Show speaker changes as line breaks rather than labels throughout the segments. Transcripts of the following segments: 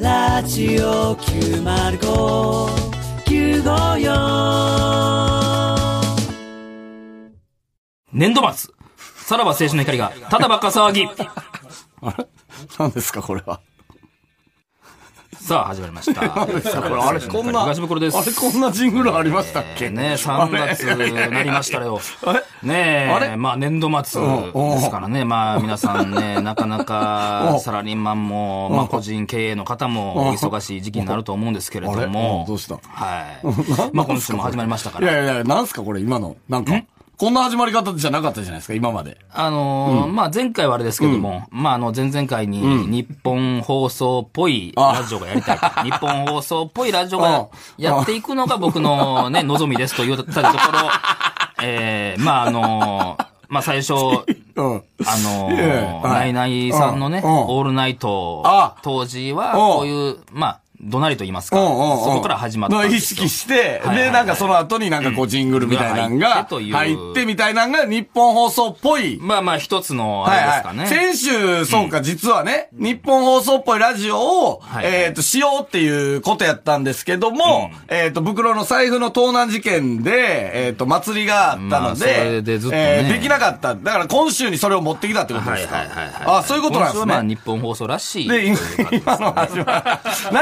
ラジオ905954
年度末。さらば青春の光が、ただバカ騒ぎ。
あれ何ですか、これは。
さあ、始まりました。さらば
あ
青春の
れこん
光
な、
東袋です。
あれこんなジングルありましたっ
え
け
ーね3月になりましたよ。ね
あ
え、
れ
まあ年度末ですからね、まあ皆さん ね、なかなか
お
サラリーマンも、まあ個人経営の方も忙しい時期になると思うんですけれど
あ
も
れ、どうした
はい。まあ今週も始まりましたか
い
ら、
やいやいや、なんすか、これ、今の。なんか、こんな始まり方じゃなかったじゃないですか、今まで。
あのーまあ前回はあれですけども、まああの前々回に日本放送っぽいラジオがやり たいと。日本放送っぽいラジオ
ああ
がやっていくのが僕のね、望みですと言った ところ、えー、まああのーまあ最初、
うん。
あの
い え
ー、
は
ナ
い
イナイさんのね、
うんうん
オールナイト
あ、
当時は、
うん
こういう、まあ、どなりと言いますか、
う
そ
んうんう
こ
ん
から始まったんで
意
すよ
識して、
はいはいは
で、
い
なんかその後になんかこうジングルみたいなの
が入っ
が
てという
入ってみたいなのが日本放送っぽい。
まあまあ一つの、あ
は
れです
い
か
は
ね。
い。先週、そうか、実はね、日本放送っぽいラジオを
は、いはい
えっと、しようっていうことやったんですけども、えっと、袋の財布の盗難事件で、えっと、祭りがあった
ま
の
あそれ
で、
でずっとね
えーできなかった。だから今週にそれを持ってきたってことですか
はいはいはいはい。
あ、そういうことなんです
今週はまあ
ね。
日本放送らしい。
で、今今の始まり。な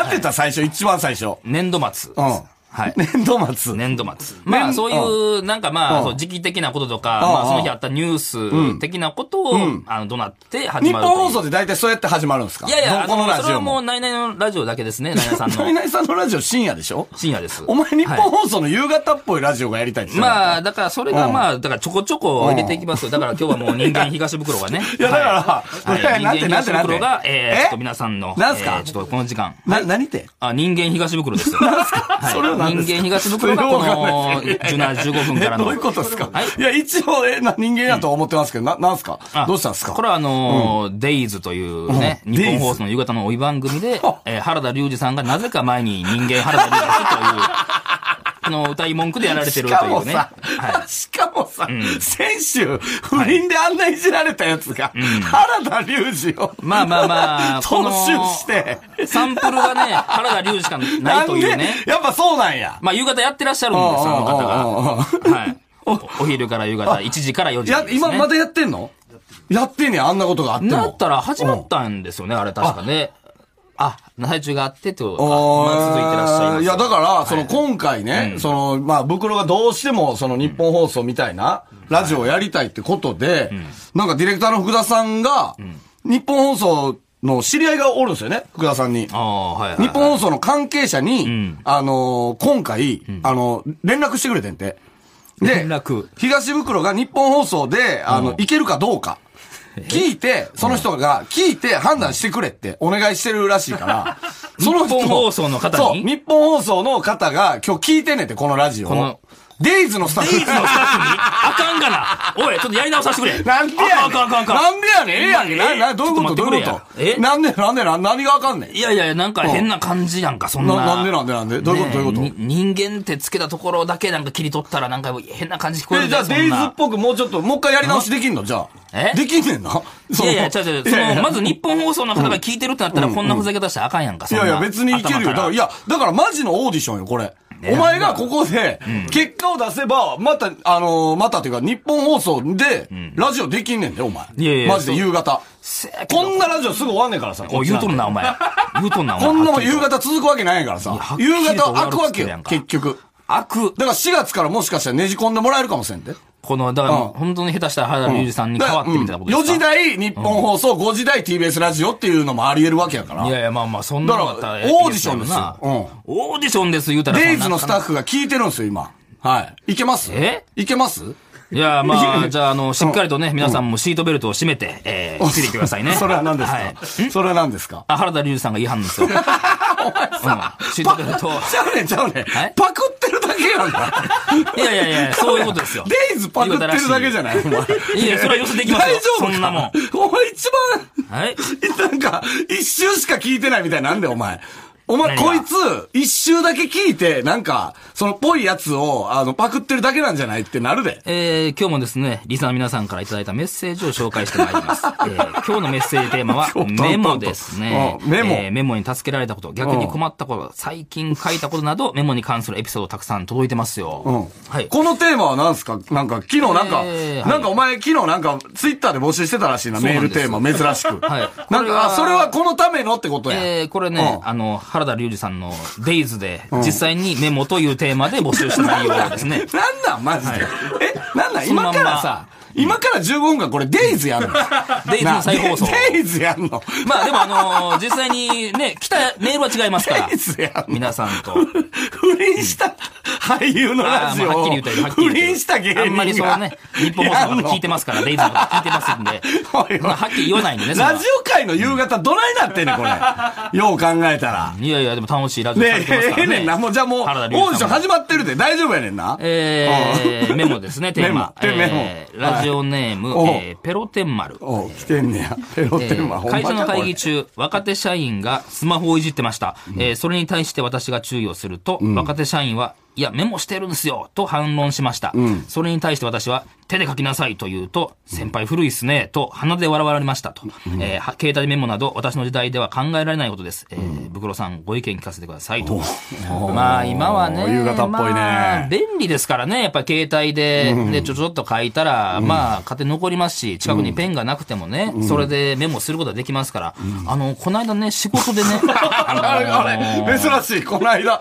んて言った最初、一番最初。
年度末。
うん。
はい。
年度末。
年度末。まあ、そういう、なんかまあ、
うん
そう時期的なこととか、
うん
まあ、その日
うん
あったニュース的なことを、あの、怒鳴って始
日
ま
本
るという。
放送で大体そうやって始まるんですか
いやいや、あ
どこの
の、
ラ
それ
ジ
は
オ
も
も。
う、ナイナイのラジオだけです ね、ナイナイさん
ナイ
の。
ナイさんのラジオ深夜でしょ
深夜です。
お前日本
はい
放送の夕方っぽいラジオがやりたいって言ってた
まあ、だからそれが
うん
まあ、だからちょこちょこ入れていきますよ。だから今日はもう人間東袋がね。
いやだから
はい
いや
は
ないん
人
て
間
なん
東
てなんて
袋が、えー
え
ちょっと皆さんの、
なんすか
えーちょっとこの時間。
な、何って
あ、人間東袋ですよ。はい
それは何ですか
人間東袋がこ
それは
の
わか んないです
17、15分からの。
どういうことですか、
はい
い、や、一応、え、な、人間やと思ってますけど、な、なんすか
あ
どうしたんですか
これはあのーデイズというね、
うん
日本放送の夕方の追い番組で
あ、
えー原田龍二さんがなぜか前に人間原田龍二ですという、あの、歌い文句でやられてる
し
とい
かも
うね。
さ、
はい。
しかもさ、
ん
先週、不倫であんないじられたやつが、原田隆二を、
まあまあまあ、
踏
この
襲して、
サンプルがね、原田龍二しかな
ないん
と
で
いうね。
やっぱそうなんや。
まあ、夕方やってらっしゃるんです、あの方
うんうんうんうん
が。はい。おお昼から夕方、1時から4時です
や、
ね。
今まだやってんのやってんねや、あんなことがあっても。
なったら始まったんですよね、あれ確かね。あ、最中があってってことか。
あ
まあ、続いてらっしゃいます。
や、だから、その
はい
今回ね、その、まあ、袋がどうしても、その日本放送みたいな、ラジオをやりたいってことで、なんかディレクターの福田さんが、日本放送の知り合いがおるんですよね、福田さんに。
ああ、はいはいはい。
日本放送の関係者に、
ん
あのー今回、あの、連絡してくれてんて。で
連絡、
東袋が日本放送で、あの、いけるかどうか。聞いて、その人が聞いて判断してくれってお願いしてるらしいから、その 人
日本放送の方に
そう、日本放送の方が今日聞いてんねんって、このラジオ
この
を。デイズのスタッフ。
デイズのスタッフにあかんがな。おい、ちょっとやり直させてくれ。
なんでやねん。
あかんあかんあかんあ
な
かん。
んでやねん。ええやんけ。な、な、どういうこと
ち
ど
ょっと
う
待
い
っ
う
て
こ
くれやえ
となんで、なんで、なん何がわかんねん。
いやいや、なんか変な感じやんか、そんな。
ななんでなんでなんでどういうことどういうこと
ねえに人間ってつけたところだけなんか切り取ったらなんか変な感じ聞こえる
え、じゃあ、
そんな
デイズっぽくもうちょっと、もう一回やり直しできんのじゃあ。
え
できんねんな。そ
い
の
やいや、違う違う。そ
いやい
の、
や
まず日本放送の方が聞いてるってなったら、こんなふざけ出したらあかんやんか、
い
そんな
やいや、別にいけるよ。だ
頭
から、いや、だからマジのオーディションよ、これ。
ね
お前がここで、結果を出せば、また、あのー、またというか、日本放送で、ラジオできんねんで、お前。
いやいや
マジで夕方。
せやけど
こんなラジオすぐ終わんねんからさ。
おい、言うとんな、お前。言うとんな、お前。
こんなもん夕
はっきりと。
方続くわけないんやから
やは
さ
っ。きり
夕
と
方開くわけ
終わるっつってんや
よ
ん、か
結局。
悪。
だから4月からもしかしたらねじ込んでもらえるかもしれんで。
この、だから、
うん
本当に下手したら原田龍二さんに変わってみたいなことですか、
4時台日本放送、5時台 TBS ラジオっていうのもあり得るわけやから。
いやいや、まあまあ、そんなのだったらやっていいけど
だから
な
オーディションですよ
オーディションです、言うたら。
デイズのスタッ
フ。
フが聞いてるんですよ、今。はい。いけます
え
いけます
いや、まあ、じゃあ、あの、しっかりとね、皆さんもシートベルトを締めて、えー、ついてきてくださいね。
それは何です
はい
かそれは何ですか
あ、原田龍二さんが言いはん ですよ。お前さ、シートベルトを。
ちゃうねん、ちゃうねん
はい。
パクってるだけやんか。
いやいやいや、そういうことですよ。
デイズパクってるだけじゃ
な
ないお前。
い。いや、それは寄せていきます
大
よ
丈。夫
そ
か
んなもん。
お前一番、
はい。
なんか、一周しか聞いてないみたいなんで、お前。お前、
何が
こいつ、一周だけ聞いて、なんか、その、ぽいやつを、あの、パクってるだけなんじゃないってなるで。
えー今日もですね、リサの皆さんからいただいたメッセージを紹介してまいり ます。えー今日のメッセージテーマは
今日、
メモですね。
うんメモ
えーメモに助けられたこと、逆に困ったこと、最近書いたことなど、メモに関するエピソードたくさん届いてますよ。はい。
このテーマは何すかなんか、昨日なんか、
えー
なんかお前、昨日なんか、ツイッターで募集してたらしいな、
う
メ
な
ー
ん
ル
です
テーマ、珍しく。
はい
なん
これは
か、あそれはこのためのってことや。
えーこれね、
うん。
あの、原田龍二さんのデイズで、実際にメモというテーマで募集した内容ですね
なんなん、マジで。え、なんなん、
そのま
今
んま
からさ、今から15分間これ、デイズやんの。
デイズの再放送
なデイズやんの。
まあでもあのー実際にね、来たメールは違います から
デイ。ズやんの。
皆さんと。
不倫した俳優のラジ
あーまあはっ
オ
きり言う
を
とりはっきり言う
不
とり
倫した芸人が
あんまりそのね、日本放送の方聞いてますから、デイズの方聞いてますんで
おいおい。
まあはっきり言わないんでね、それは
ラジオ界の夕方どないなってんねんこれよう考えたら
いやいや、でも楽しいラジオさ
ね
れてます
え
から
ええ
ね。
ねんなもうじゃあもうオー
原田
デ
龍二
ィショ
さ
ン
んも。
始まってるで大丈夫やねんな
えー、メモですね、テーマ。
メモテーマ
えーラジオネーム、
はい
えーペロテンマル。
おう来てんねやペロ
え
テンは
ー
ほんま
会
か
社の会議
こ
中、若手社員がスマホをいじってました。えーそれに対して私が注意をすると、若手社員は、いや、メモしてるんですよと反論しました。それに対して私は、手で書きなさいと言うと、先輩古いっすね、と鼻で笑われましたと。えーは携帯メモなど、私の時代では考えられないことです。えー、ブクロさん、ご意見聞かせてくださいと。まあ、今はね、
夕方っぽいね
まあ便利ですからね、やっぱり携帯で、で、ちょちょっと書いたら、まあ、勝手に残りますし、近くにペンがなくてもね、それでメモすることはできますから、あの、この間ね、仕事でね、
れ あれあれ珍しいこの間あ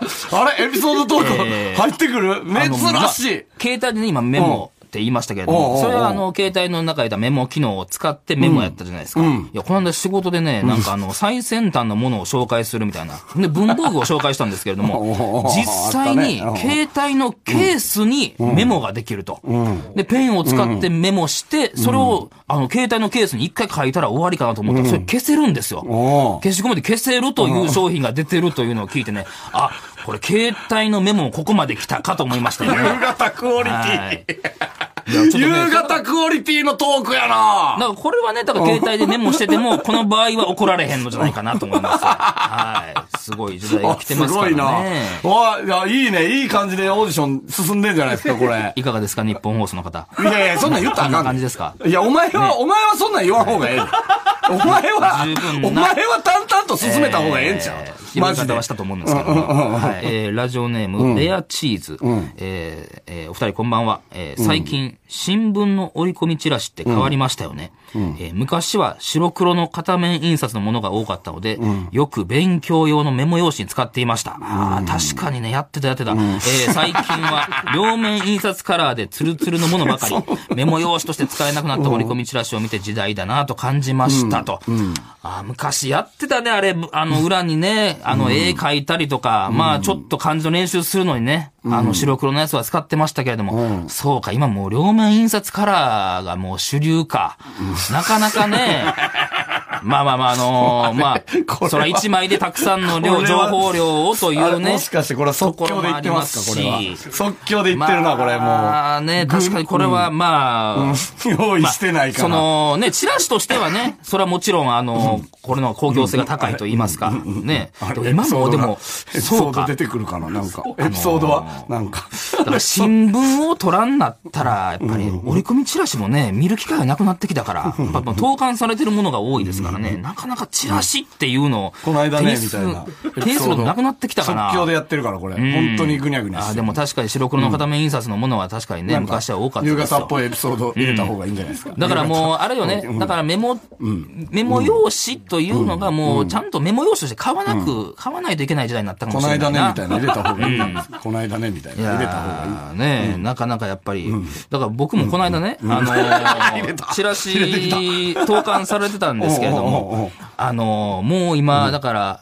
れエピソードトー
え
ク
ー
入ってくる
あのまあ
珍しい
携帯でね、今メモって言いましたけれど
うん
も、それはあ
うん
の、携帯の中にいたメモ機能を使ってメモやったじゃないですか。いや、この間仕事でね、なんかあの、最先端のものを紹介するみたいな。で、文房具を紹介したんですけれど
おう おうお
も
う、
実際に
あったねうん
携帯のケースにメモができると。で、ペンを使ってメモして、それを、あの、携帯のケースに一回書いたら終わりかなと思ったら、それ消せるんですよ。
おう
消しゴムで消せるという商品が出てるというのを聞いてね、あ、これ携帯のメモもここまで来たかと思いましたね。
夕方クオリテ
はい
ィ
いやちょっとね
夕方クオリティのトークやな
だからこれはね、だから携帯でメモしてても、この場合は怒られへんのじゃないかなと思います。はい。すごい時代が来てますからね。。
すごいな。あいや、いいね。いい感じでオーディション進んでんじゃないですか、これ
いかがですか、日本放送の方。
いやいや、そんなん言ったらあか
こ
ん
んな感じですか
いや、お前は、お前はそんなん言わん方がええで。お前
十
は
分、な
お前は淡々と進めた方がええんちゃう、
えー
マ
広
ジ
い
で
方は。したと思うんですけども。はいえーラジオネーム、レアチーズ。えーえーお二人こんばんは。えー最近、新聞の折り込みチラシって変わりましたよね。えー昔は白黒の片面印刷のものが多かったので、よく勉強用のメモ用紙に使っていました。あー確かにね、やってたやってた。えー最近は、両面印刷カラーでツルツルのものば かり、メモ用紙として使えなくなった折り込みチラシを見て時代だなと感じましたと。あー昔やってたね、あれ、あの裏にね、あの絵描いたりとか、まあちょっと漢字の練習するのにね、あの白黒のやつは使ってましたけれども、そうか、今もう両面印刷カラーがもう主流か。なかなか ね、まあまあまあ、あのーま
これは
あ、そら一枚でたくさんの
こ
量、
れ
情
は
報量をとい
あれ
うね。
もしかしてこれは即興で言ってますか、これは。即興で言ってるな、これも
まあね、確かにこれはまあ、
う。用意してないから。
そのね、チラシとしては ね、それはもちろんあの、これの公共性が高いと言いますか。ね。でも今もでも、
エピソ
そう
ード
か。
出てくるかな、なんか。エピソードは、なんか。
だから新聞を取らんなったら、やっぱり折り込みチラシもね、見る機会がなくなってきたから、やっぱもう投函されてるものが多いですからね、なかなかチラシっていうのを、
この間ね
手にす
みたいな
手にするのなくなってきたか
即
ら。
興でやってるから、これ。本当にぐにゃぐにゃし
あ
て
ー
る
でも確かに白黒の片面印刷のものは確かにね、昔は多かった
夕
ですよ
方っぽいエピソード入れた方がいいんじゃないですか。
だからもう、あれよね、だからメモ、メモ用紙というのがもう、ちゃんとメモ用紙として買わなく、買わないといけない時代になったかも
こ
し
の
れな
間
い
ね
な。
みたいな入れた方がいい。この間ねみたい
い
な
やー
入れた方が
ねえ、なかなかやっぱり、だから僕もこの間ね、あ のー、チラシ投函されてたんですけれど
おうおうおうおう
も、あのー、もう今、だから、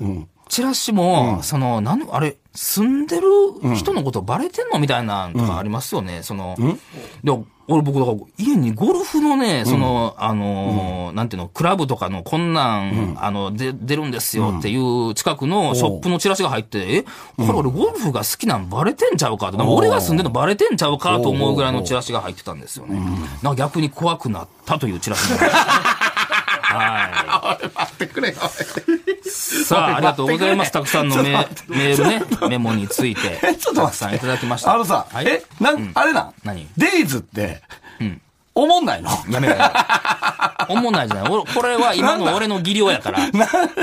チラシも、その、なん、あれ、住んでる人のことバレてんのみたいなのとかありますよね、その、でも俺僕、だから家にゴルフのね、その、あのー、なんていうの、クラブとかのこんなん、あの、で、出るんですよっていう近くのショップのチラシが入って、え、これ俺ゴルフが好きなんバレてんちゃうかと、なんか俺が住んでるのバレてんちゃうかと思うぐらいのチラシが入ってたんですよね。なんか逆に怖 くなったというチラシになりましたねはい。
いい。待ってくれよ。
さあ、ありがとうございます。たくさんのメ
ちょっと待
メールね、メモについて、
え、ちょ
た
っと
く
待
さ
っ
ん
て。
いただきました。
あのさ、
はい
え、なん、あれなん
何
デイズって、おもんないの
やめろよ。おもんないじゃない。おこれは今の俺の技量やから。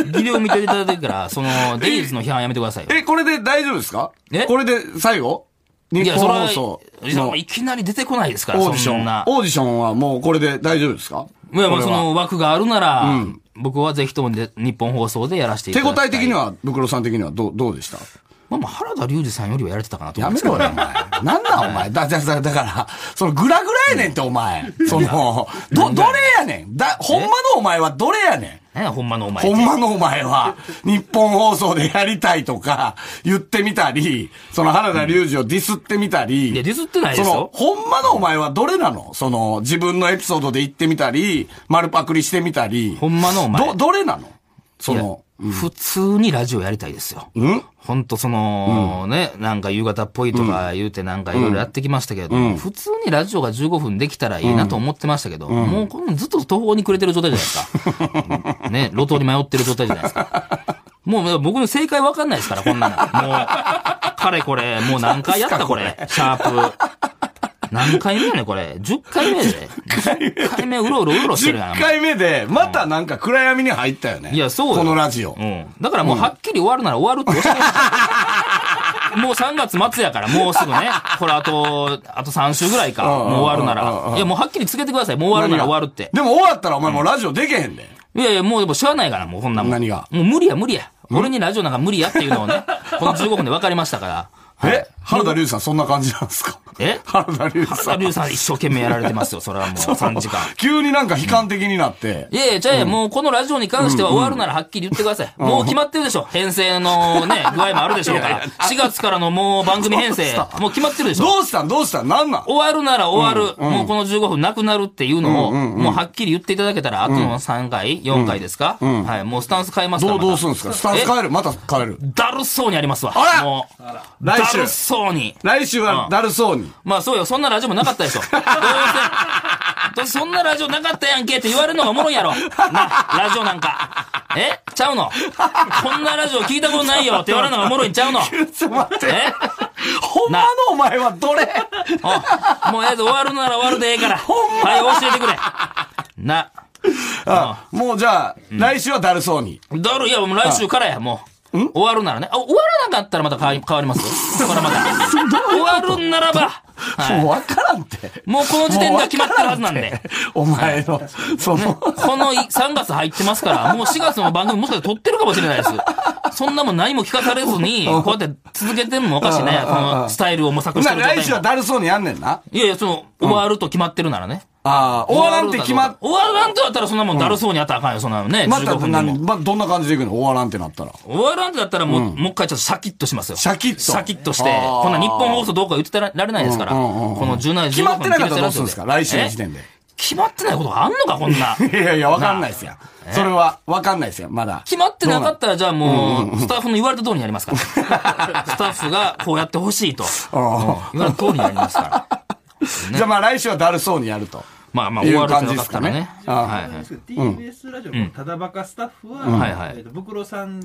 技量見ていただいてるから、その、デイズの批判やめてくださいよ。
え、これで大丈夫ですか
え
これで最後日本放送
いやそれ
の
は、いきなり出てこないですから、
オーディシ
そ
ョ
ん
ン。
な。
オーディションはもうこれで大丈夫ですか
いや、まあ
こ
そ
れは
の枠があるなら、僕はぜひともで日本放送でやらせてい
手
ただ
応
きたい。
え的には、ブクロさん的にはどう、どうでした
まあまあ、原田龍二さんよりはやれてたかなと思
や
うんで
め
すけ
ろ
ど
よ、お前。なんなん、お前。だ、だ、だだから、その、グラグラやねんって、お前。その、ど、どれやねん。だ、ほんまのお前はどれやねん。
ね、ほんまのお前って。
ほんまのお前は、日本放送でやりたいとか、言ってみたり、その原田隆二をディスってみたり。
いやディスってないですよ
その、ほんまのお前はどれなのその、自分のエピソードで言ってみたり、丸パクリしてみたり。
ほんまのお前
ど、どれなのその、
いや普通にラジオやりたいですよ。
ん
ほんとその、ね、なんか夕方っぽいとか言うてなんかいろいろやってきましたけれども、普通にラジオが15分できたらいいなと思ってましたけど、もうこのずっと途方に暮れてる状態じゃないですか。 うんね、路頭に迷ってる状態じゃないですか。もう僕の正解わかんないですから、こんなの。もう、かれこれ、もう何回やったこれ、シャープ。何回目やねんこれ。10回目で。10回目うろうろうろうろしてるやん。
10回目で、またなんか暗闇に入ったよね。
いや、そうよ
このラジオ
う。ん。だからもうはっきり終わるなら終わるって教えてほしい もう3月末やから、もうすぐね。これあと、あと3週ぐらいか。
うんうんうん
もう終わるな
うんうんう
ら。
ん
いや、もうはっきりつけてください。もう終わるなら終わるって。
でも終わったらお前もうラジオでけへんで。
いやいや、もうでも知らないから、もうこんなもん。
何が
もう無理や、無理や。俺にラジオなんか無理やっていうのを ね、この15分で分かりましたから。
え原田隆二さんそんな感じなんですか
え
原田隆二
原
さ
田
ん。
龍さん一生懸命やられてますよ、それは もう3時間。
急になんか悲観的になって。
いやいや、じゃあ、もうこのラジオに関しては終わるならはっきり言ってください。もう決まってるでしょ。編成の ね、具合もあるでしょうから。4月からのもう番組編成、もう決まってるでしょ。
どうしたんどうしたんなんなん
終わるなら終わる。もうこの15分なくなるっていうのを、もうはっきり言っていただけたら、あとの3回、4回ですかはい、もうスタンス変えますか
ど
ら。
う、どうするんですかスタンス変え
る
るまた変える。
だるそうにありますわ。
あら
もう、だ
来週
るそうに。
来週はだるそうに。
まあそうよ、そんなラジオもなかったでしょ。どうせどうせそんなラジオなかったやんけって言われるのがおもろいやろ。な、ラジオなんか。えちゃうのこんなラジオ聞いたことないよって言われるのがおもろいんちゃうの
ちょっと待って。
え
ほんまのお前はどれ
おもうええぞ、終わるなら終わるでええから。はい、教えてくれ。な。
あもうじゃあ、来週はだるそうに。
だる、いや、もう来週からや、もう。終わるならね。あ、終わらなかったらまた変わり変わりますよ。これまた。 終わるんならば、は
もうわからんって。
い、もうこの時点では決まってるはずなんで。
お前の、その、
この3月入ってますから、もう4月の番組もしかして撮ってるかもしれないです。そんなもん何も聞かされず に、こうやって続けてもおかしいね。このスタイルを模索して
な
る状態
来週は
も。
だるそうにやんねんな。
いやいや、その、終わると決まってるならね。
ああ、終わらんって決まっ、
終わらんとだったらそんなもんだるそうにやったらあかんよ、そんなのね。
ま
15
た
分でも
何、。ま、どんな感じでいくの終わらんってなったら。
終わらんとだったらもう、もう一回ちょっとシャキッとしますよ。
シャキッと
シャキッとして、
あー
こんな日本放送どうか言ってられないですから。
うんうんうんうん
この17時
決まってなかったらどうするんですか来週の時点で。
決まってないことがあんのか、こんな。
いやいや、わかんないっすよ。それは、わかんないっすよ、まだ。
決まってなかったら、じゃあもう、スタッフの言われた通りにやり ますから。スタッフがこうやってほしいと、
あ
言われた通りにやりますから。
じゃあまあ来週はだるそうにやると。
まあまあ、
い
終
う
わる
感
と
じ
な
で
かっ
すか
た
ね
らね。はいは
なんで
い。
すけど TBS ラジオのただバカスタッフは、
はいはい
えーとブクロさん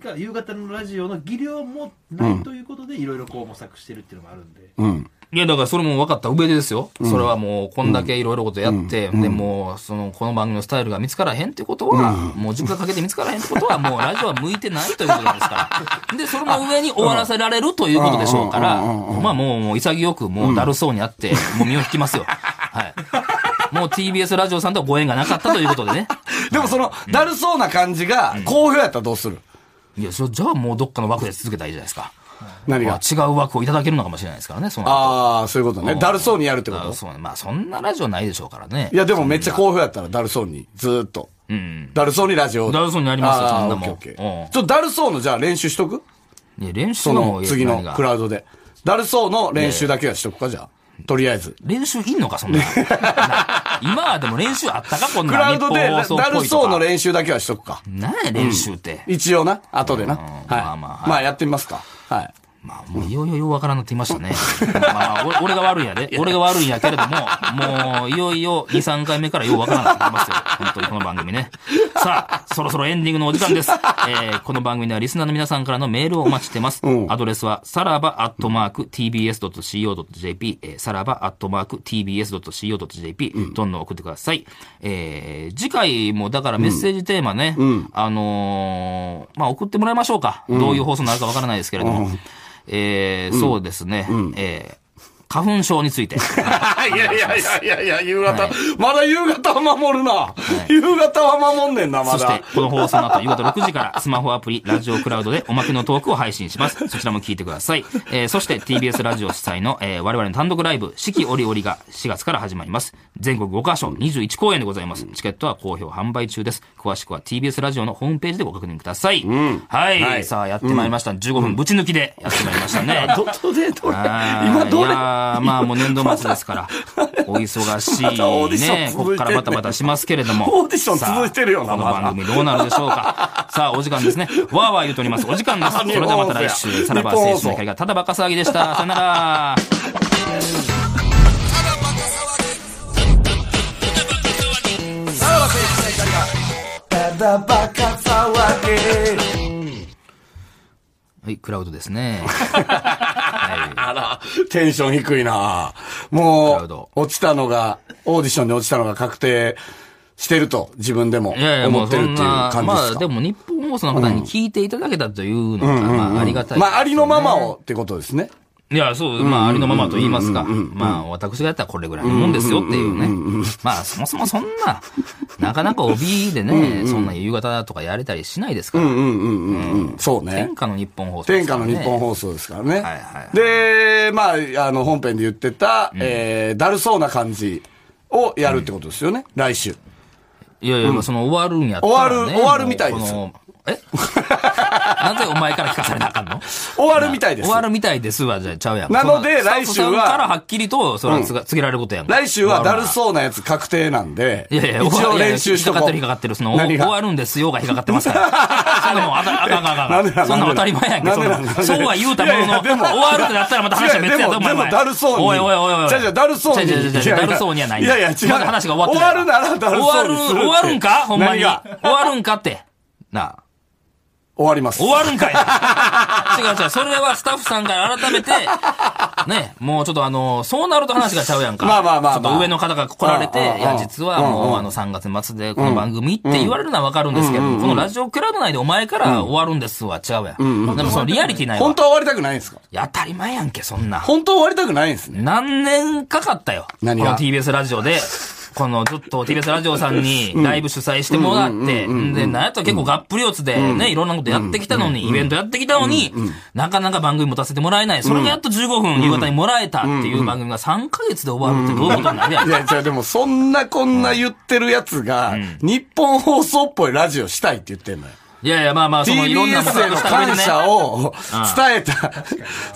が夕方のラジオの技量もないということで、いろいろこう模索してるっていうのもあるんで、
うん。
いや、だからそれも分かった上でですよ。それはもう、こんだけいろいろことやって、で、もう、その、この番組のスタイルが見つからへんってことは、もう時間かけて見つからへんってことは、もうラジオは向いてないということなんです から。で、それも上に終わらせられるということでしょうから、まあもう、もう潔く、もうだるそうにあって、もう身を引きますよ。はい。もう TBS ラジオさんとはご縁がなかったということでね。
でもその、だるそうな感じが、好評やったらどうする
いや、そじゃあもうどっかの枠で続けたらいいじゃないですか。
何
まあ
が
違う枠をいただけるのかもしれないですからね、その後。
ああ、そういうことね。だるそうにやるってこ
あ
と
そうまあそんなラジオないでしょうからね。
いや、でもめっちゃ好評やったら、だるそうに、ずーっと。
うん。
だるそうにラジオ。
だるそうにやりますよ
あー
そんなもん
オッケーオッケ
うん
ーちょっとだるそうの、じゃあ練習しとく
いや、練習
そ
の
の
方、
次
何
の
が
クラウドで。だるそうの練習だけはしとくか、じゃあ。とりあえず。
練習いんのか、そ んな。な今はでも練習あったか、こんな
クラウド
日
で、
本放送っぽ
だ
いとか
るそうの練習だけはしとくか。
何や、練習って。
一応な、後でな。はい。
まあまあは
まあやってみますか。はい。
まあ、もういよいよようわからんなっていましたね。まあ、お 俺が悪いんやで。俺が悪いんやけれども、もう、いよいよ2、3回目からようわからんなってきますよ。本当にこの番組ね。さあ、そろそろエンディングのお時間 です。えー、この番組ではリスナーの皆さんからのメールをお待ちしてます。アドレスは、さらばアットマーク tbs.co.jp、えー、さらばアットマーク tbs.co.jp、どんどん送ってください。えー、次回もだからメッセージテーマね、あのーまあ、送ってもらいましょうか。どういう放送になるかわからないですけれども。えーそうですね、えー花粉症に ついて。
いやいやいやいやいや、夕方、まだ夕方は守るな、夕方は守んねんな、ま
そし
だ
て。、この放送の後、夕方6時から、スマホアプリ、ラジオクラウドでおまけのトークを配信します。そちらも聞いてください。えーそして、TBS ラジオ主催の、えー我々の単独ライブ、四季折々が4月から始まります。全国5カ所、21公演でございます。チケットは好評販売中です。詳しくは TBS ラジオのホームページでご確認ください。はい、
はい
さあ、やってまいりました。15分ぶち抜きでやってまいりました ね。
ど、どれどれ
あー
今ど
い
れ
やーまあもう年度末ですから、お忙し
まだオーディ
い
ション
ね、
続いてんね
ここからバタバタしますけれ ども。
オーディション続いてるよな
さあこの
まだ
番組どうなるでしょう か。さあ、お時間ですね。わーわー言うとおります。お時間です。それではまた来週、さらば青春の光がただバカ騒ぎでした。さよなら。はい、クラウドですね。は
あら、テンション低いな
クラウド
もう、落ちたのが、オーディションで落ちたのが確定してると、自分でも
い。いやいや、も
思
う
って
そ
るってい
ん
う感
な
じです、か。
まあでも日本放送の方に聞いていただけたというのが、まあありがたい。
まあ、ありのままをってことですね。
いや、そう、まあ、ありのままと言いますか。まあ、私がやったらこれぐらいのもんですよっていうね。まあ、そもそもそんな、なかなか帯でね、そんな夕方とかやれたりしないですか
う
ら。
んうんうんうん。そうね
天。下の日本放送で
天
すか
下
ら
の
ね。
日本放送ですからね。
はいはい
で、まあ、あの、本編で言ってた、えー、だるそうな感じをやるってことですよね。来週。
いやいや、まあその終わるんやったら、ね。
終わる終わるみたいです
もうこのえ なぜお前から聞かされなあかんの
終わるみたいです
終わるみたいですわ、じゃあちゃうやん。
なの
そ
で
んな
来週は
スタッフさんからはっきりと、それはつが告げられることやんか。
来週はだる
終わるな
そうなやつ確定なんで、
いやいや、
一応練習しとこう。
いやいや引っかかってる、引っかかってる。その、
何
終
が
わるんですよが引っかかってます から。そんなもん、あかんあかんあかんあかん
なんでなん
そんな
なんん
当たり前やんけ、
なん
そ
で
ん
なんなん
な。そうは言うたもの
いや
の、
いや
終
でも
わるってなったらまた話は別や
で
と
も、
思
でも、だるそうに。
おいおいおいおい。
じゃじゃだるそうに。
じゃじゃじゃだるそうにはない。
いやいや、違う。
まだ話が終わって
終わるならだる
終わ
そう
る、
にするって。
終わるんかほんまに。
何が
終わるんかって。なあ。
終わります。
終わるんかい違う違う。それはスタッフさんから改めて、ね、もうちょっとあの、そうなると話がちゃうやんか。
まあまあまあまあ
ちょっと上の方が来られて、い
うんうんうん
や、実はもうあの3月末でこの番組って言われるのはわかるんですけど、このラジオクラウド内でお前から終わるんですは違うやん。でもそのリアリティないわ。
本当は終わりたくないんですか
いや当たり前やんけ、そんな。
本当は終わりたくない んですね。
何年かかったよ。
何
こ
が
の TBS ラジ オで。このずっと TBS ラジオさんにライブ主催してもらって、で、なんやったら結構がっぷり四つでね、いろんなことやってきたのに、イベントやってきたのに、なかなか番組持たせてもらえない。それがやっと15分夕方にもらえたっていう番組が3ヶ月で終わるってどういうことになるやん
い。や、じゃあでも、そんなこんな言ってるやつが、日本放送っぽいラジオしたいって言ってんのよ。
いやいや、まあまあ、そのいろんな模
TBS へ
索
の
した上でね。
感謝を伝えた、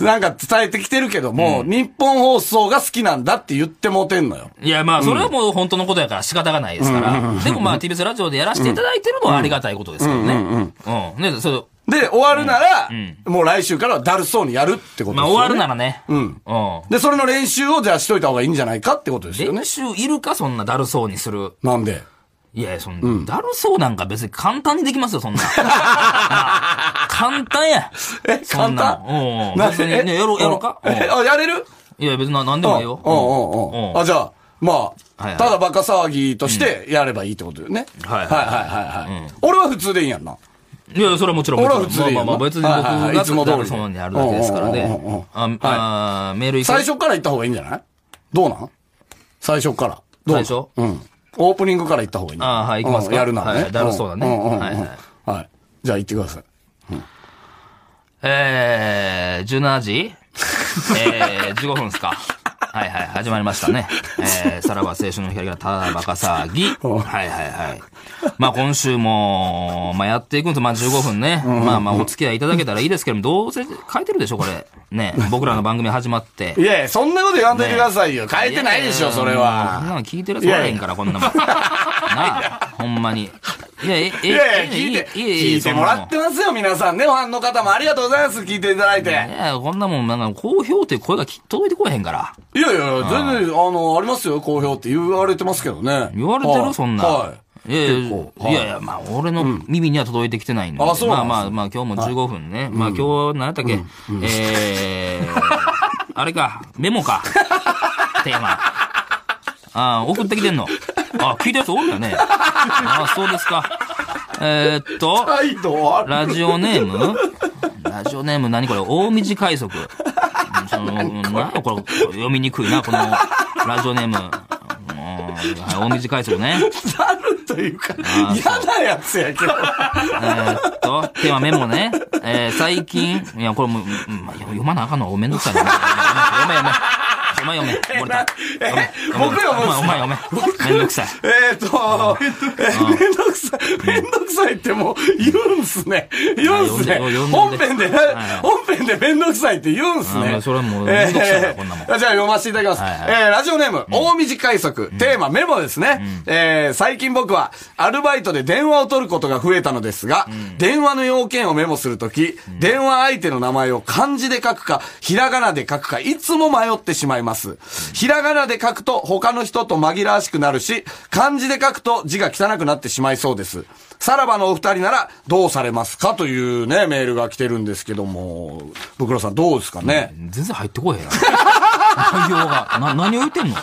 なんか伝えてきてるけども、日本放送が好きなんだって言ってもうてんのよ。
いや、まあ、それはもう本当のことやから仕方がないですから。でもまあ、TBS ラジオでやらせていただいてるのはありがたいことですけどね。うん。ね、それ
で、終わるなら、もう来週からはだるそうにやるってことですよ、ね。
まあ、終わるならね。うん。うん。
で、それの練習をじゃあしといた方がいいんじゃないかってことですよね
練。習いるか、そんなだるそうにする。
なんで。
いやいや、そんな、だるそうなんか別に簡単にできますよ、そんな。なあ簡単や。
え、
そん
簡
なの
単
うん別にねやろうやろうか
え
うん
えあ、やれる
いや、別にな何でもええよ。
うんうんうん。あ、じゃあ、ま
はいは
あ、
い
ただバカ騒ぎとしてやればいいってことよね。
はい
はいはいはいはい。俺は普通でいいやんな。
いや、それはもちろん、も
俺
ち
は
ろん。
普通でいい
まあ
よ
まあまあ、別に僕
はいはいはいいつ
が
も通り
だるそうにやるだけですから
うんうんうんうんうん
ね。あ、あメールいく
最初から行った方がいいんじゃないどうなん最初から。どうなん
最初
うん。オープニングから行った方がいいんじゃない
あはい行きますか
うんやるなら
は
ね。
いだるそうだね
んうんうん
はいはい
はい。じゃあ行ってください。
えー、17時えー、15分ですか。はいはい、始まりましたね。えー、さらば青春の光がただバカ騒ぎ。はいはいはい。まあ今週も、まあやっていくんですまあ15分ね。まあまあお付き合いいただけたらいいですけども、どうせ書いてるでしょ、これ。ね、僕らの番組始まって
い。やいや、そんなこと言わんといてくださいよ。変えてないでしょ、それ
そん
は。
なの聞いてるやつおらへんから、こんなもん。なあ、ほんまに。いや、え、え、
いやいや、聞いて、聞いてもらってますよ、皆さんね。ファンの方もありがとうございます。聞いていただいて。い
いや、こんなもん、なんか、好評って声がき届いてこえへんから。
やいや、全然、あの、ありますよ、好評って言われてますけどね。
言われて
は
る
い
そんな。
はい。
いやい
結構
や、
はい
いやいや、まあ、俺の耳には届いてきてないんで。
あそう
ま
な
あ
んですね
まあまあ、今日も15分ね。まあ今日は、何やったっけ、え ー、あれか、メモか。テーマ。ああ、送ってきてんの。あ、聞いたやつおるよね。あそうですか。えーっと、
態度は
ラジオネームラジオネーム何これ大道快速。その、なんやこれ、読みにくいな、この、ラジオネーム。もうはい大道快速ね。
あるというか、
あ
嫌なやつやけど。
えーっと、テーマメモね。えー最近、いや、これもう、うんまあ読まなあかんのおめんどくさいな。読め読め。読め読め。漏れた。読め
え僕読むんすか
お前お前読め。めんどくさい。
えっと、えめんどくさい、めんどくさいってもう言うんすね。言うんすね
はい呼。んで呼
本
んで
編で
はい、
本編でめんどくさいって言うんす
あも
ね。
うそれはもうめんどくさいなこんなもん
えーじゃあ読ませていただきます。
はいは
えーラジオネーム、大道快速、テーマメモですね。えー最近僕はアルバイトで電話を取ることが増えたのですが、電話の要件をメモするとき、電話相手の名前を漢字で書くか、ひらがなで書くか、いつも迷ってしまいます。ひらがなで書くと他の人と紛らわしくなるし、漢字で書くと字が汚くなってしまいそうです。さらばのお二人ならどうされますかというね、メールが来てるんですけども、ブクロさんどうですかね、
全然入ってこへんやん。内容が。な、何を言ってんの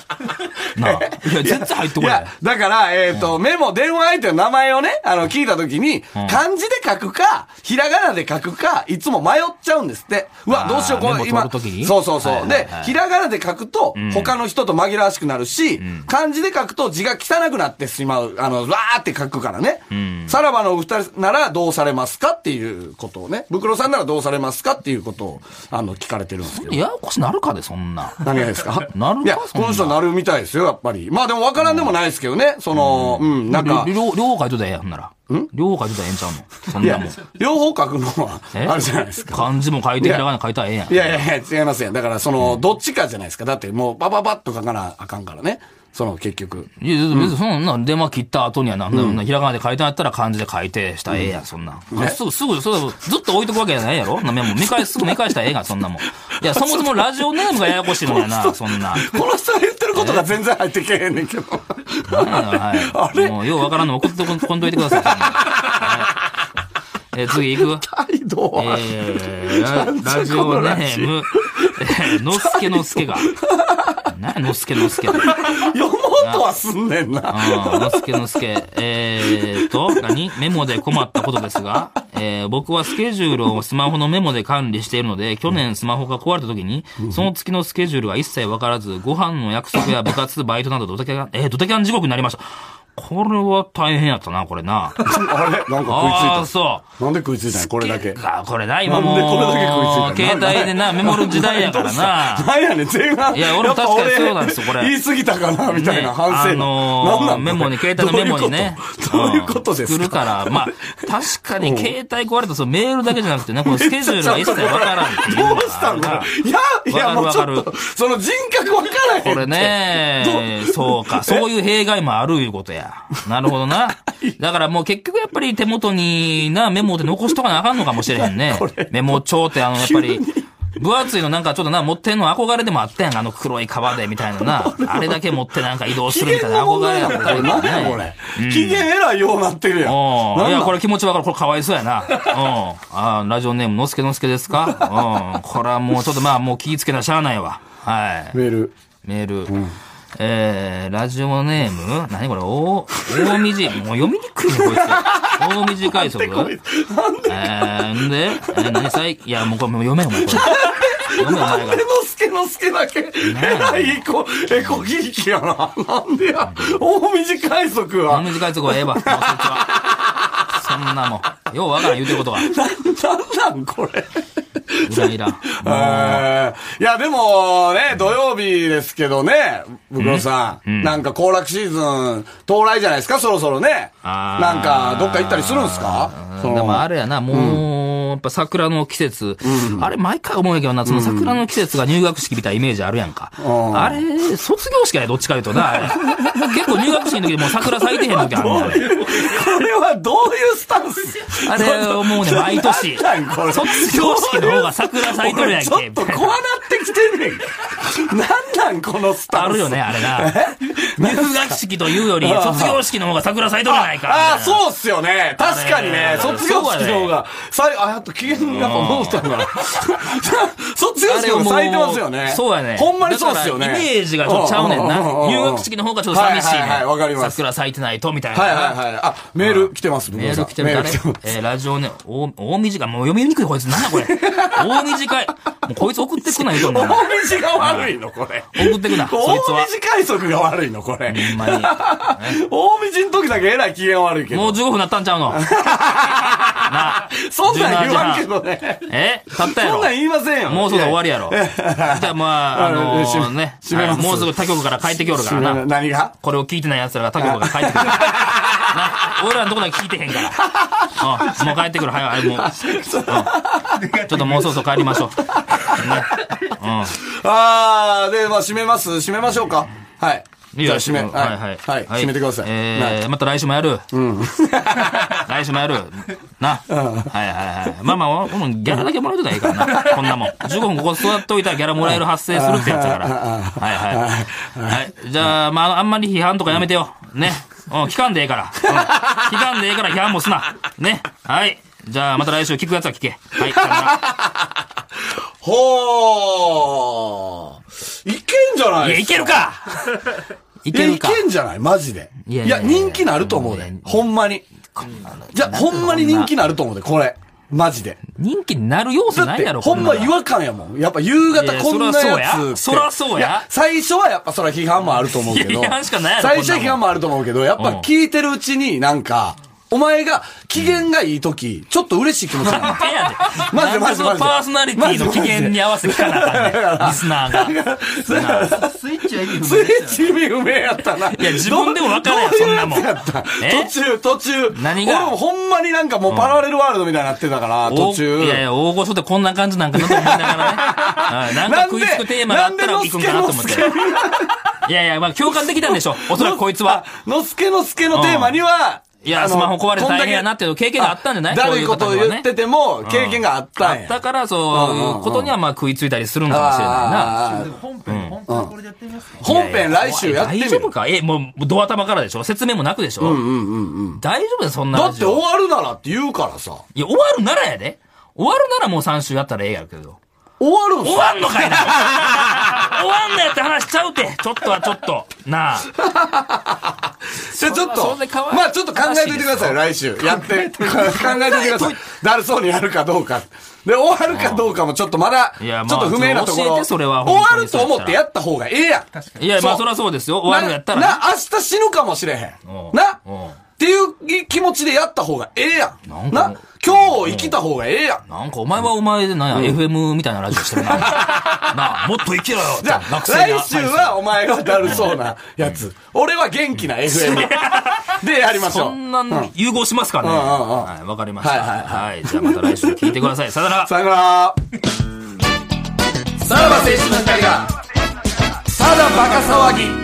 なあ。いや、全然入ってこ
い
へん。
や、だから、えっ、と、メモ、電話相手の名前をね、あの、聞いたときに、漢字で書くか、ひらがなで書くか、いつも迷っちゃうんですって。う
あー
わ、どうしよう、こ
メモ
れ、今。
取る時に
そうそうそう。
はいはい
で
はい、
ひらがなで書くと、他の人と紛らわしくなるし、漢字で書くと字が汚くなってしまう。あの、わーって書くからね。さらばのお二人ならどうされますかっていうことをね。ブクロさんならどうされますかっていうことを、あの、聞かれてるんですけど。
ややこしなるかで、そんな。
何がですか
なるか
いや、
そんな
この人なるみたいですよ、やっぱり。まあでも分からんでもないですけどね。その、うん、なんか
り、両両方書いといたらええやんほんなら。両方書いといたらええんちゃうのそん
い
な
や
もん。、
両方書くのは、
え
あるじゃないです か。
漢字も書いて、ひらがな書いたらええやん。
いやいやいや、違いますよ。だから、その、どっちかじゃないですか。だって、もう、バババッと書かなあかんからね。その、結局。
いや、別にそんな電話切った後にはなんだろうな、ひらがなで書いてあったら漢字で書いてしたらええやん、そんなん。あすぐ、すぐ、それずっと置いとくわけじゃないやろなメモ、見返す、すぐ見返したらええが、そんなもん。いや、そもそもラジオネームがややこしいもんや な、そんな。
この人が言ってることが全然入ってけへんねんけど。
なんやろはい。
あれ
もう、ようわからんの送ってこんこんといてください。はいえー次行く
態度
え
は。
ー
なんじ
ラ
ゃ
ラジ
こ
オ
の
ネ
ラジ
ーム、えーのすけのすけが。なのすけのすけ。あ
読もうとはすんねんな。
ーのすけのすけ。えーと、何メモで困ったことですが、えー僕はスケジュールをスマホのメモで管理しているので、去年スマホが壊れた時に、その月のスケジュールが一切わからず、ご飯の約束や部活、バイトなどドタキャン、えードタキャン地獄になりました。これは大変やったな、これ な。
あれなん
ああ
か
ー、そう。
食いついた。なんで食いついたんやこれだけ。
かこれな、今もう。
なんでこれだけ食いついたの
携帯でな、メモる時代やからな。
なんやねん、前半。
いや俺も確かにそうなんですよ
やっ
これ
ぱ俺言い過ぎたかな、みたい
ね
な反省
あのー
なんなん
メモに、携帯のメモにね。
どういうことどういうことです
ん作
か
るから、まあ、確かに携帯壊れた、そのメールだけじゃなくてね、このスケジュールが一切わからんっていうの
ど
が
うしたんだいや、いや、も
わ
うち
かる
ょ
わ
っ
か
と、その人格わからへんって。
これ ね、そうか、そういう弊害もあるいうことや。なるほどな。だからもう結局やっぱり手元にな、メモって残しとかなあかんのかもしれへんね。メモ帳ってあの、やっぱり、分厚いのなんかちょっとな、持ってんの憧れでもあったやん、あの黒い革でみたいな な。あれだけ持ってなんか移動す
機
るみた
嫌
いな
の問
憧れ
題
やっ
なのこ
た
れ
りね。
何 やこれ。機嫌偉いようなってるやん。
お
なん
いや、
なん
これ気持ちわかる。これかわいそうやな。うん。あーラジオネーム、のすけのすけですかうん。これはもうちょっとまあ、もう気ぃつけなしゃあないわ。はい。
メール。
メール。えー、ラジオネーム何これお大道。もう読みにくいね、こいつ。大道快速えー、んで、えー、何さいいや、もうこれ、もう読めよ、お前、これ。読めよ、お前
なん
が
での。すけのすけだけ、偉い子、エコギリキやな。なんでや、大道快速
大
は。
道快速はええわ、もうそいつは。そんなもん。ようわからん、言うてることが。
な、なんなんこれ。
イライラ。
えーいや、でもね、土曜日ですけどね、ブクロさん、なんか行楽シーズン到来じゃないですか、そろそろね。
あー
なんか、どっか行ったりするんですか
うんでもあれやな、もう、やっぱ桜の季節、あれ毎回思うんやけどな、その桜の季節が入学式みたいなイメージあるやんか。あれ、卒業式やねどっちか言うと な。あれ結構入学式の時もう桜咲いてへん時あるもんあれ。
これはどういうスタンス
あれ、もう ね、毎年。
なんなんこれ
卒業式の方が桜咲いてるやん
ちょ
け、
っ
み
と
たい
怖
な。
なってきてんねん。なんなんこのスタンス。
あるよね、あれな。入学式というより、卒業式の方が桜咲いとるやないか。みたいな
ああ、そうっすよね。確かにね。
あれ
卒業式の方が、最後、あ、やっと機嫌が戻ったんだ。 卒業式の方が咲いてますよね。
そうやね。
ほんまにそうっすよね。
だからイメージがちょっとちゃうねんな。入学式
の。
の方がちょっと寂しいね。
はいはいはいわかります
桜咲いてないと、みたいな。
はいはいはい。あ、メール来てます、僕
メール来てる
メー
誰
ル来てます。
えーラジオね、お、大短い。もう読みにくいこいつ。なんだ これ。大短い。もうこいつ送ってくな、言うとんねんな
大道が悪いの、これ。
送ってくな、そ
大
いつは
道。快速が悪いの、これ。
ほんまに。
大道の時だけえらい機嫌悪いけ
も
ど
う。15分なったんちゃうの
そんなん言わんけどね。
えたったやろ
そんなん言いませんよ。
もうそろ終わりやろ。じゃあまあ、あの
あ
ー
の
ね、
締め締めます
もうすぐ他局から帰ってきよるからな。
何が
これを聞いてない奴らが他局から帰ってくる。な 俺らのとこだけ聞いてへんから。うんもう帰ってくる。早い、もう。 うんちょっともうそろそろ帰りましょう。
あー、で、まあ、締めます締めましょうか。はい。
いい
じ
よ
ゃあ、締め。
うん
はい、はい。はい、締めてください。
えー、また来週もやる。 来週もやる。な。はいはいはい。まあまあ、俺もギャラだけもらうとたらいいからな。こんなもん。15分ここ座っといたらギャラもらえる発生するってやつだから。はいはい。はい。じゃあ、まあ、あんまり批判とかやめてよ。ね。うん、聞かんでええから。うん、聞かんでええから批判もすな。ね。はい。じゃあ、また来週聞くやつは聞け。はい。さよなら
ほー。いけんじゃない
いや、いけるかい
い
け
や、
る
い
か
けんじゃないマジで。
い
い
やいや
や、
いやいや
人気なると思う
いや
で
いや。
ほんまに。じゃあ、ほんまに人気なると思うで、これ。マジで。
人気になる要素
だっ
ない
て
や、ろ、
ほんま
こな
違
の
和感やもん。やっぱ夕
いやい
方
や
こんなやつって。
そらそうやそらそうや
い最初はやっぱそら批判もあると思うけど。
いや批判しかないやろ
最初は批判もあると思うけど、やっぱ聞いてるうちになんか、お前が機嫌がいい時、ちょっと嬉しい気持ちにな
な
る。
んでやねん
マジでマジで
なんそのパーソナリティの機嫌に合わせて聞かなあかんねんリスナーが。
スイッチは意
ス
味
イ
不明で
ッ
すよ
チ意味不明やったな。い
や自分でも分からんやんそんなもん
どういうやつやった
え
途中、途中。
何が
俺もほんまになんかもうパラレルワールドみたいになってたから、 途
おいやい
中。
や、大御所ってこんな感じなんかなと思いながら ねはい。なんか食いつくテーマがあったら行くんかなと思って。いやいや、まあ共感できたん でしょ。おそらくこいつは。
あ。のすけのすけのテーマには、
いや
あの
スマホ壊れて大変やなっていう経験があったんじゃない
だ
こう
る
い
いうこ
方
と
は
を
ね
言ってても、経験があったんや。
だから、そういうことにはまあ食いついたりするんかもしれな
あー
でも本編、本編はこれでやってみますか
いな。
本編来週やってみ
大丈
る
夫。かえ、もう、ドア頭からでしょ説明もなくでしょ大丈夫だよ、そんな
だ
ラ
っ
ジ
て
オ
終わるならって言うからさ。
いや、終わるならやで。終わるならもう3週やったらええやるけど。
終わるんす
終わんの かいな終わんのやって話しちゃうてちょっとはちょっと。なあ。
じゃあちょっと
それかわい、い
まあちょっと考えておいてください、来週。やって、 考えておいてください。だるそうにやるかどうか。で、終わるかどうかもちょっとまだ、
い
ちょ
や
っ
まあ
と不明なとこ
教え
ろ。
てそれは
終
本当
わ
に
ると思ってやった方がええやん。
いや、まあ
そう
そりゃそうですよ。終わるのやったらね。
な、な明日死ぬかもしれへん
うん。
な
うん
っていう気持ちでやった方がええや
なん
ん。
か
な今日を生きた方がええやん。
なんかお前はお前でなんや、FM みたいなラジオして るな。なあ、もっと生きろよ
じゃあ、
学生に
来週はお前がだるそうなやつ。俺は元気な FM。でやりましょ
そ。
うん
なの融合しますからね。
うんうんうん
はい、わかりました。
はいはい
はい。じゃあまた来週聞いてください。さよなら。
さよなら。さらば青春の光が、ただバカ騒ぎ。